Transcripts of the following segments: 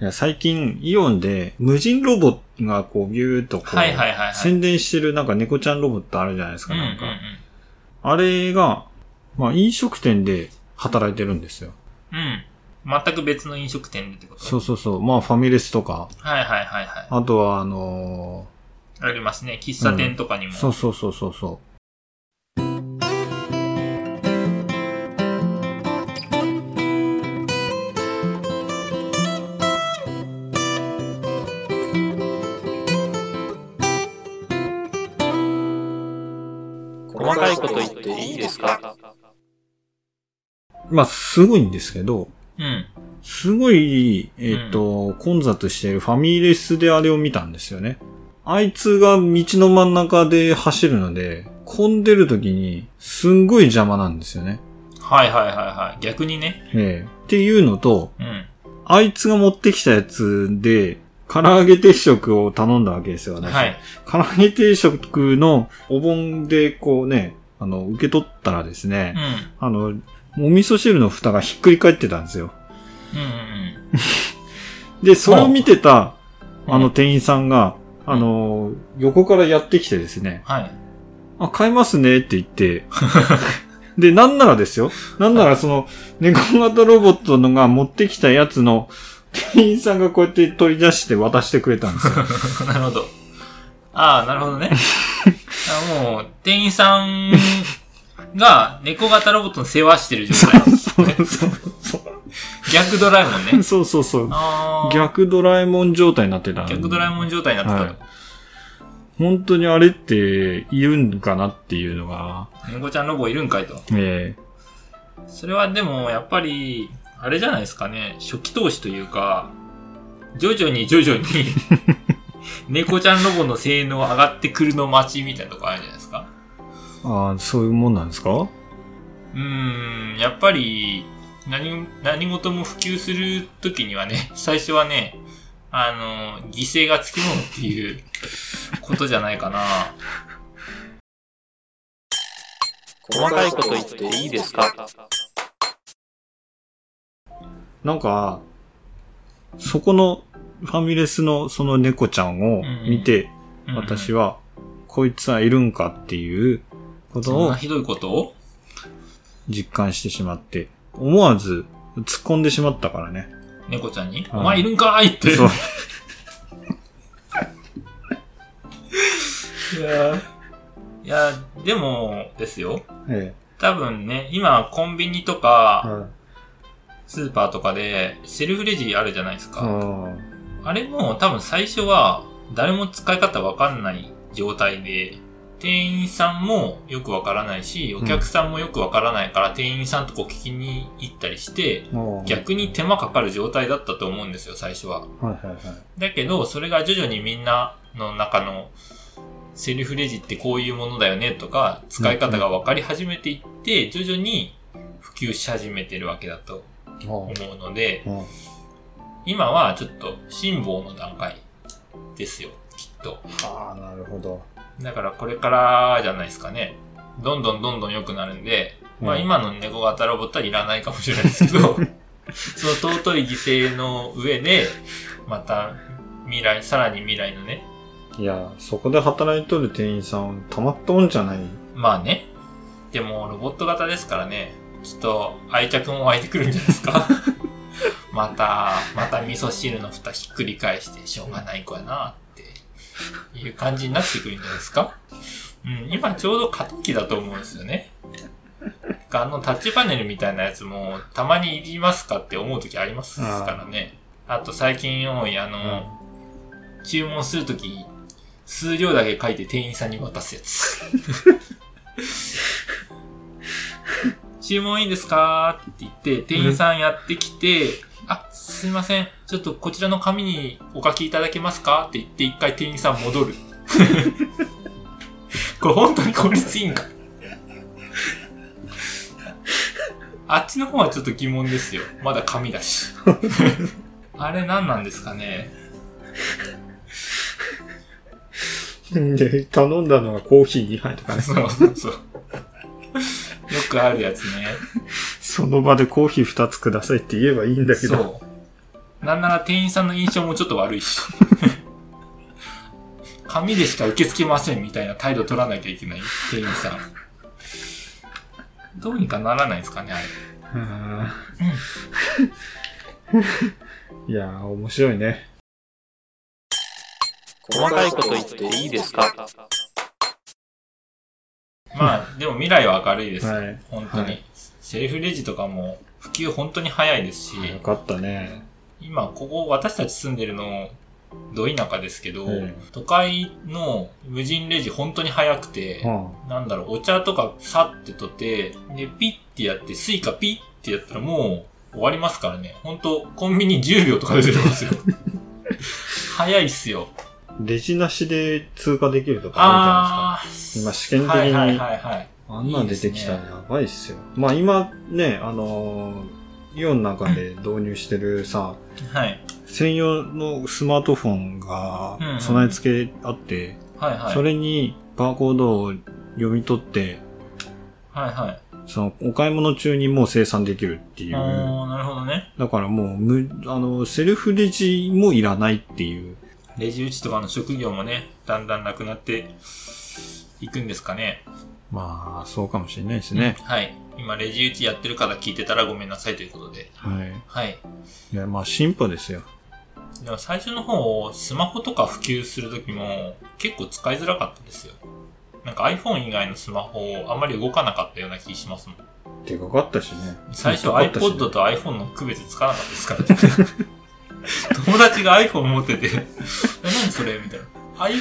いや最近、イオンで、無人ロボがこう、ビューっとこう、はいはいはいはい。宣伝してるなんか猫ちゃんロボットあるじゃないですか、うんうんうなんんか。あれが、まあ飲食店で働いてるんですよ。うん。全く別の飲食店でってことそうそうそう。まあファミレスとか、はいはいはいはい。あとはあのありますね。喫茶店とかにーも。そうそうそうそうそう。細かいこと言っていいですかまあすごいんですけど、うん。すごい、えっ、と、混雑しているファミレスであれを見たんですよね。あいつが道の真ん中で走るので、混んでる時にすんごい邪魔なんですよね。はいはいはいはい。逆にね。ええっていうのと、うん。あいつが持ってきたやつで、唐揚げ定食を頼んだわけですよ、私。はい。唐揚げ定食のお盆でこうね、あの、受け取ったらですうん。うね、んあの、お味噌汁の蓋がひっくり返ってたんですよ。うんで、それを見てた、うん。あの、店員さんが、うんあの、横からやってきてですね、はい。 あ、買いますねって言って、 で、なんならですよ。なんならその、猫型ロボットのが持ってきたやつの、店員さんがこうやって取り出して渡してくれたんです よ。なるほど。ああ、なるほ どね。あもう、店員さんが猫型ロボットの世話してる状態。 そうそう逆ドラえもん ねそう。。そうそうそう。ああ。逆ドラえもん状態になってた。逆ドラえもん状態になってたはい本当にあれっているんかなっていうのが、猫ちゃんロボいるんかいと。えそれはでも、やっぱり、あれじゃないですかね。初期投資というか、徐々に徐々 に、猫ちゃんロボの性能上がってくるの待ちみたいなとこあるじゃないですか。えああ、そういうもんなんですかうーん、やっぱり、何、何事も普及するときにはね、最初はね、あの、犠牲がつきものっていうことじゃないかな。 細かいこと言っていいですかなんか、そこのファミレスのその猫ちゃんを見て、うん私は、こいつはいるんかっていうことそんをなひどいことを実感してしまって、思わず突っ込んでしまったからね。猫ちゃんに、うんお前いるんかーいって。そう。いやーいやー、でも、ですよ。え多分ね、今、コンビニとえ。か、はいスーパーとかで、セルフレジあるじゃないですあか。あれも、多分最初は、誰も使い方わかんない状態で、店員さんもよくわからないし、お客さんもよくわからないから、店員さんとこう聞きに行ったりして、ーあー。逆に手間かかる状態だったと思うんですよ、最初は。はいはいはい。だけど、それが徐々にみんなの中の、セルフレジってこういうものだよねとか、使い方が分かり始めていって、徐々に普及し始めてるわけだと思うので、ああ今はちょっと辛抱の段階ですよ、きっと。ああ、なるほど。だからこれからじゃないですかね。どんどんどんどん良くなるんで、まあうん今の猫型ロボットはいらないかもしれないですけど、その尊い犠牲の上で、また未来、さらに未来のね、いや、そこで働いとる店員さん、たまったもんじゃない。まあね。でも、ロボット型ですからね。ちょっと、愛着も湧いてくるんじゃないですか。 また、また味噌汁の蓋ひっくり返して、しょうがない子やなっていう感じになってくるんじゃないですか。うん、今ちょうど過渡期だと思うんですよね。あの、タッチパネルみたいなやつも、たまにいりますかって思う時ありますからね。あと最近多い、あの、注文するとき、数量だけ書いて店員さんに渡すやつ。 注文いいですかって言って、店員さんやってきて、あ、すいません。ちょっとこちらの紙にお書きいただけますかって言って、一回店員さん戻る。 これ本当に効率いいんか。あっちの方はちょっと疑問ですよ。まだ紙だし。あれ何なんですかね。で、 頼んだのがコーヒー2杯とかね。 そうそうそう。よくあるやつね。その場でコーヒー2つくださいって言えばいいんだけそど。う。なんなら店員さんの印象もちょっと悪いし。 紙でしか受け付けませんみたいな態度取らなきゃいけない店員さん。どうにかならないですかね、あれ。 いやー、面白いね。細かいこと言っていいですかま あ、でも未来は明るいです。はい。本当に、はいセルフレジとかも普及本当に早いですし、よかったね。今ここ私たち住んでるの、ど田舎ですけど、うん都会の無人レジ本当に早くて、うん。なんだろう、お茶とかさってとって、で、ピッてやって、スイカピッてやったらもう終わりますからね。ほんと、コンビニ10秒とかで出てま すよ。早いっすよ。レジなしで通過できるとかああーるじゃないですか。今試験的はいに、はいはいはい。あんなん出てきたいいらやばいっすよ。まあ今ね、あのーイオンの中で導入してるさ、はい。専用のスマートフォンがうん備え付けあって、はいはい。それにバーコードを読み取って、はいはい。そのお買い物中にもう生産できるっていう。あー、なるほどね。だからもう無、あの、セルフレジもいらないっていう。レジ打ちとかの職業もね、だんだんなくなっていくんですかね。まあ、そうかもしれないですね。はい。今、レジ打ちやってる方聞いてたらごめんなさいということで。はい。はい。いや、まあ、進歩ですよ。でも最初の方、スマホとか普及するときも結構使いづらかったですよ。なんか iPhone 以外のスマホあんまり動かなかったような気しますもん。でかかったしね。最初でかかったしね iPod と iPhone の区別つかなかったですからね。 友達が iPhone 持ってて、え、何それみたいな。I、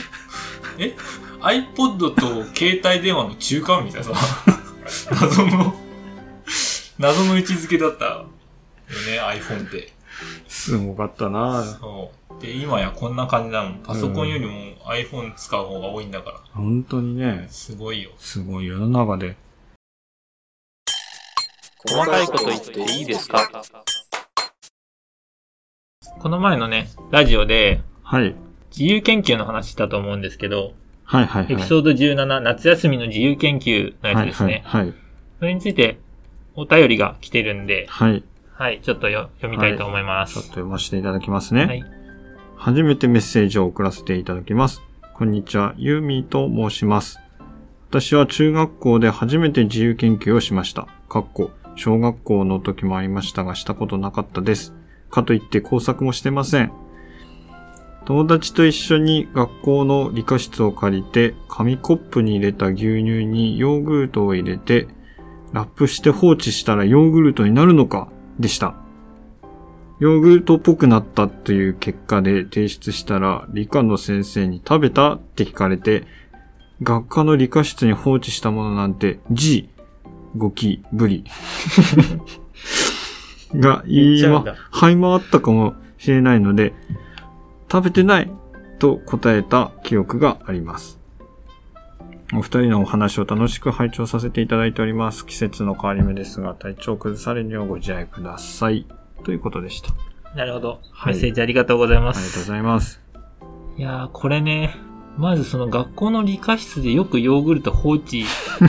え ?iPod と携帯電話の中間みたいなさ、 謎の、謎の位置づけだったよね、iPhone って。すごかったなそう。で、今やこんな感じだもん。パソコンよりも iPhone 使う方が多いんだから。本当にね、すごいよ。すごい世の中で。細かいこと言っていいですかこの前のね、ラジオで、はい。自由研究の話したと思うんですけど、はいはいはい。エピソード17、夏休みの自由研究のやつですね。はいはいそれについて、お便りが来てるんで、はい。はい。はい、ちょっとよ読みたいと思いまちょっとす。読ませていただきますはね。い。初めてメッセージを送らせていただきます。こんにちは、ユーミーと申します。私は中学校で初めて自由研究をしました。かっこ、小学校の時もありましたが、したことなかったです。かといって工作もしてません。友達と一緒に学校の理科室を借りて、紙コップに入れた牛乳にヨーグルトを入れて、ラップして放置したらヨーグルトになるのかでした。ヨーグルトっぽくなったという結果で提出したら、理科の先生に食べたって聞かれて、学科の理科室に放置したものなんて、G、ゴキ、ブリ。 が言い言っちゃうまんだ、はい回ったかもしれないので、食べてないと答えた記憶があります。お二人のお話を楽しく拝聴させていただいております。季節の変わり目ですが、体調を崩されるようご自愛ください。ということでした。なるほど。はメいッセージありがとうございあまりがとうごす。ざいます。いやー、これね、まずその学校の理科室でよくヨーグルト放 置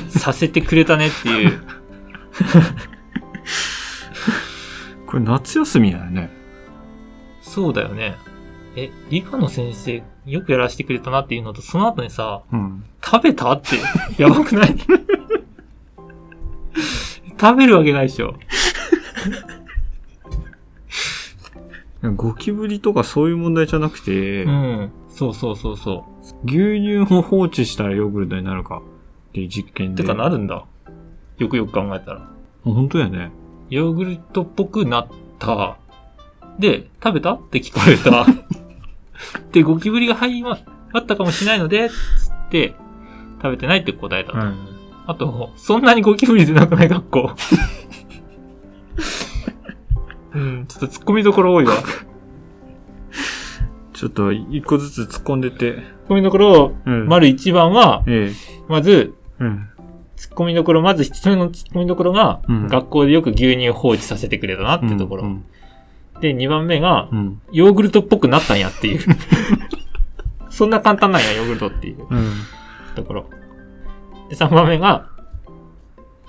させてくれたねっていう。これ夏休みやね。そうだよね。え、理科の先生、よくやらせてくれたなっていうのと、その後にさ、うん。食べたって、やばくない食べるわけないでしょ。ゴキブリとかそういう問題じゃなくて、うん。そうそうそうそ牛乳を放置したらヨーグルトになるかっていう実験う。で。てかなるんだ。よくよく考えたら。本当やね。ヨーグルトっぽくなった。で、食べたって聞かれ た。で、ゴキブリが入りま、あったかもしれないので、つって、食べてないって答えたと。ん。あと、そんなにゴキブリ出なくない学 校。うん、ちょっと突っ込みどころ多いわ。突っちょっと一個ずつ突っ込んでて。込みどころ、うん丸1番は、ええ。まず、うん。突っ込みどころ、まず一つ目の突っ込みどころが、うん学校でよく牛乳放置させてくれたなってところ。うん。で、2番目がう、ん。ヨーグルトっぽくなったんやって いう。そんな簡単なんや、ヨーグルトっていううん。ところ。で、3番目が、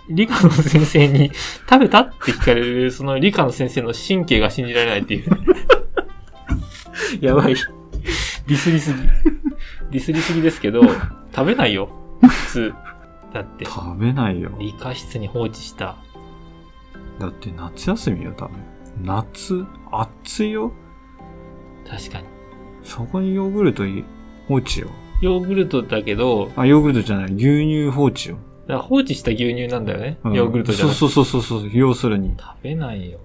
理科の先 生に食べたって聞かれる、その理科の先生の神経が信じられないっていう。やばい。ディスりすぎ。ディスりすぎですけど、食べないよ。普通。だって、食べないよ。理科室に放置した。だって夏休みよ、多分。夏、暑いよ。確かに。そこにヨーグルトい放置よ。ヨーグルトだけど、あ、ヨーグルトじゃない、牛乳放置よ。だから放置した牛乳なんだよね。うんヨーグルトじゃなくて。そうそうそうそうそう、要するに。食べないよ。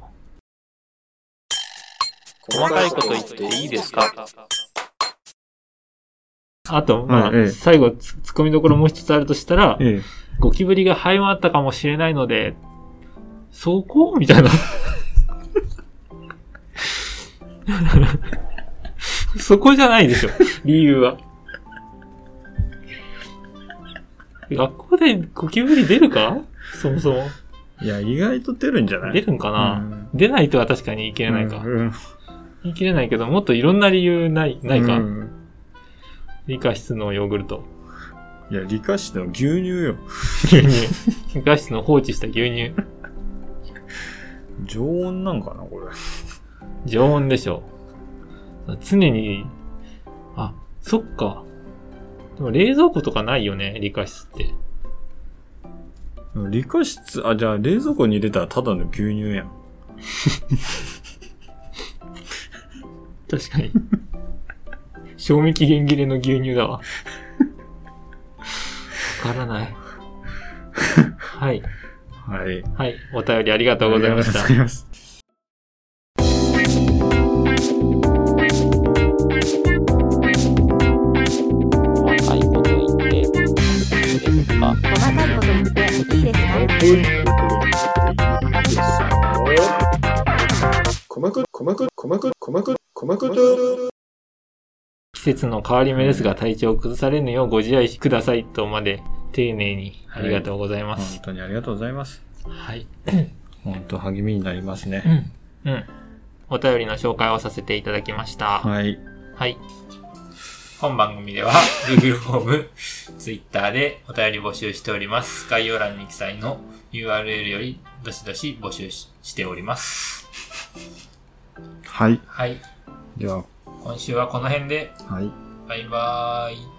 細かいこと言っていいですかあと、まあ、はいええ最後、ツツッコミどころもう一つあるとしたら、ええ。ゴキブリが灰もあったかもしれないので、そこみたいな。 そこじゃないでしょ。理由は。学校でゴキブリ出るかそもそも。いや、意外と出るんじゃない出るんかな、出ないとは確かに言い切出れないか。うん。言い切れないけど、もっといろんな理由ない、ないか。うん理科室のヨーグルト。いや、理科室の牛乳よ。牛乳。理科室の放置した牛乳。常温なんかな、これ。常温でしょ常に、あ、そっか。でも冷蔵庫とかないよね、理科室って。理科室、あ、じゃあ冷蔵庫に入れたらただの牛乳やん。確かに。 賞味期限切れの牛乳だわ。わからない。はい。はい。はい。お便りありがとうございましあたりがとうござ。います。細かいこと言っていいですか細かいこと言っていいですか季節の変わり目ですが、体調を崩されぬようご自愛くださいとまで、丁寧にありがとうございま本す。当にありがとうございます。はい。本当励みになりますね。うん。うん。お便りの紹介をさせていただきました。はい。はい。本番組で は Google フォーム、Twitter でお便り募集しております。概要欄に記載の URL よりどしどし募集ししております。はい。はい。では、今週はこの辺で、はい。バイバーイ。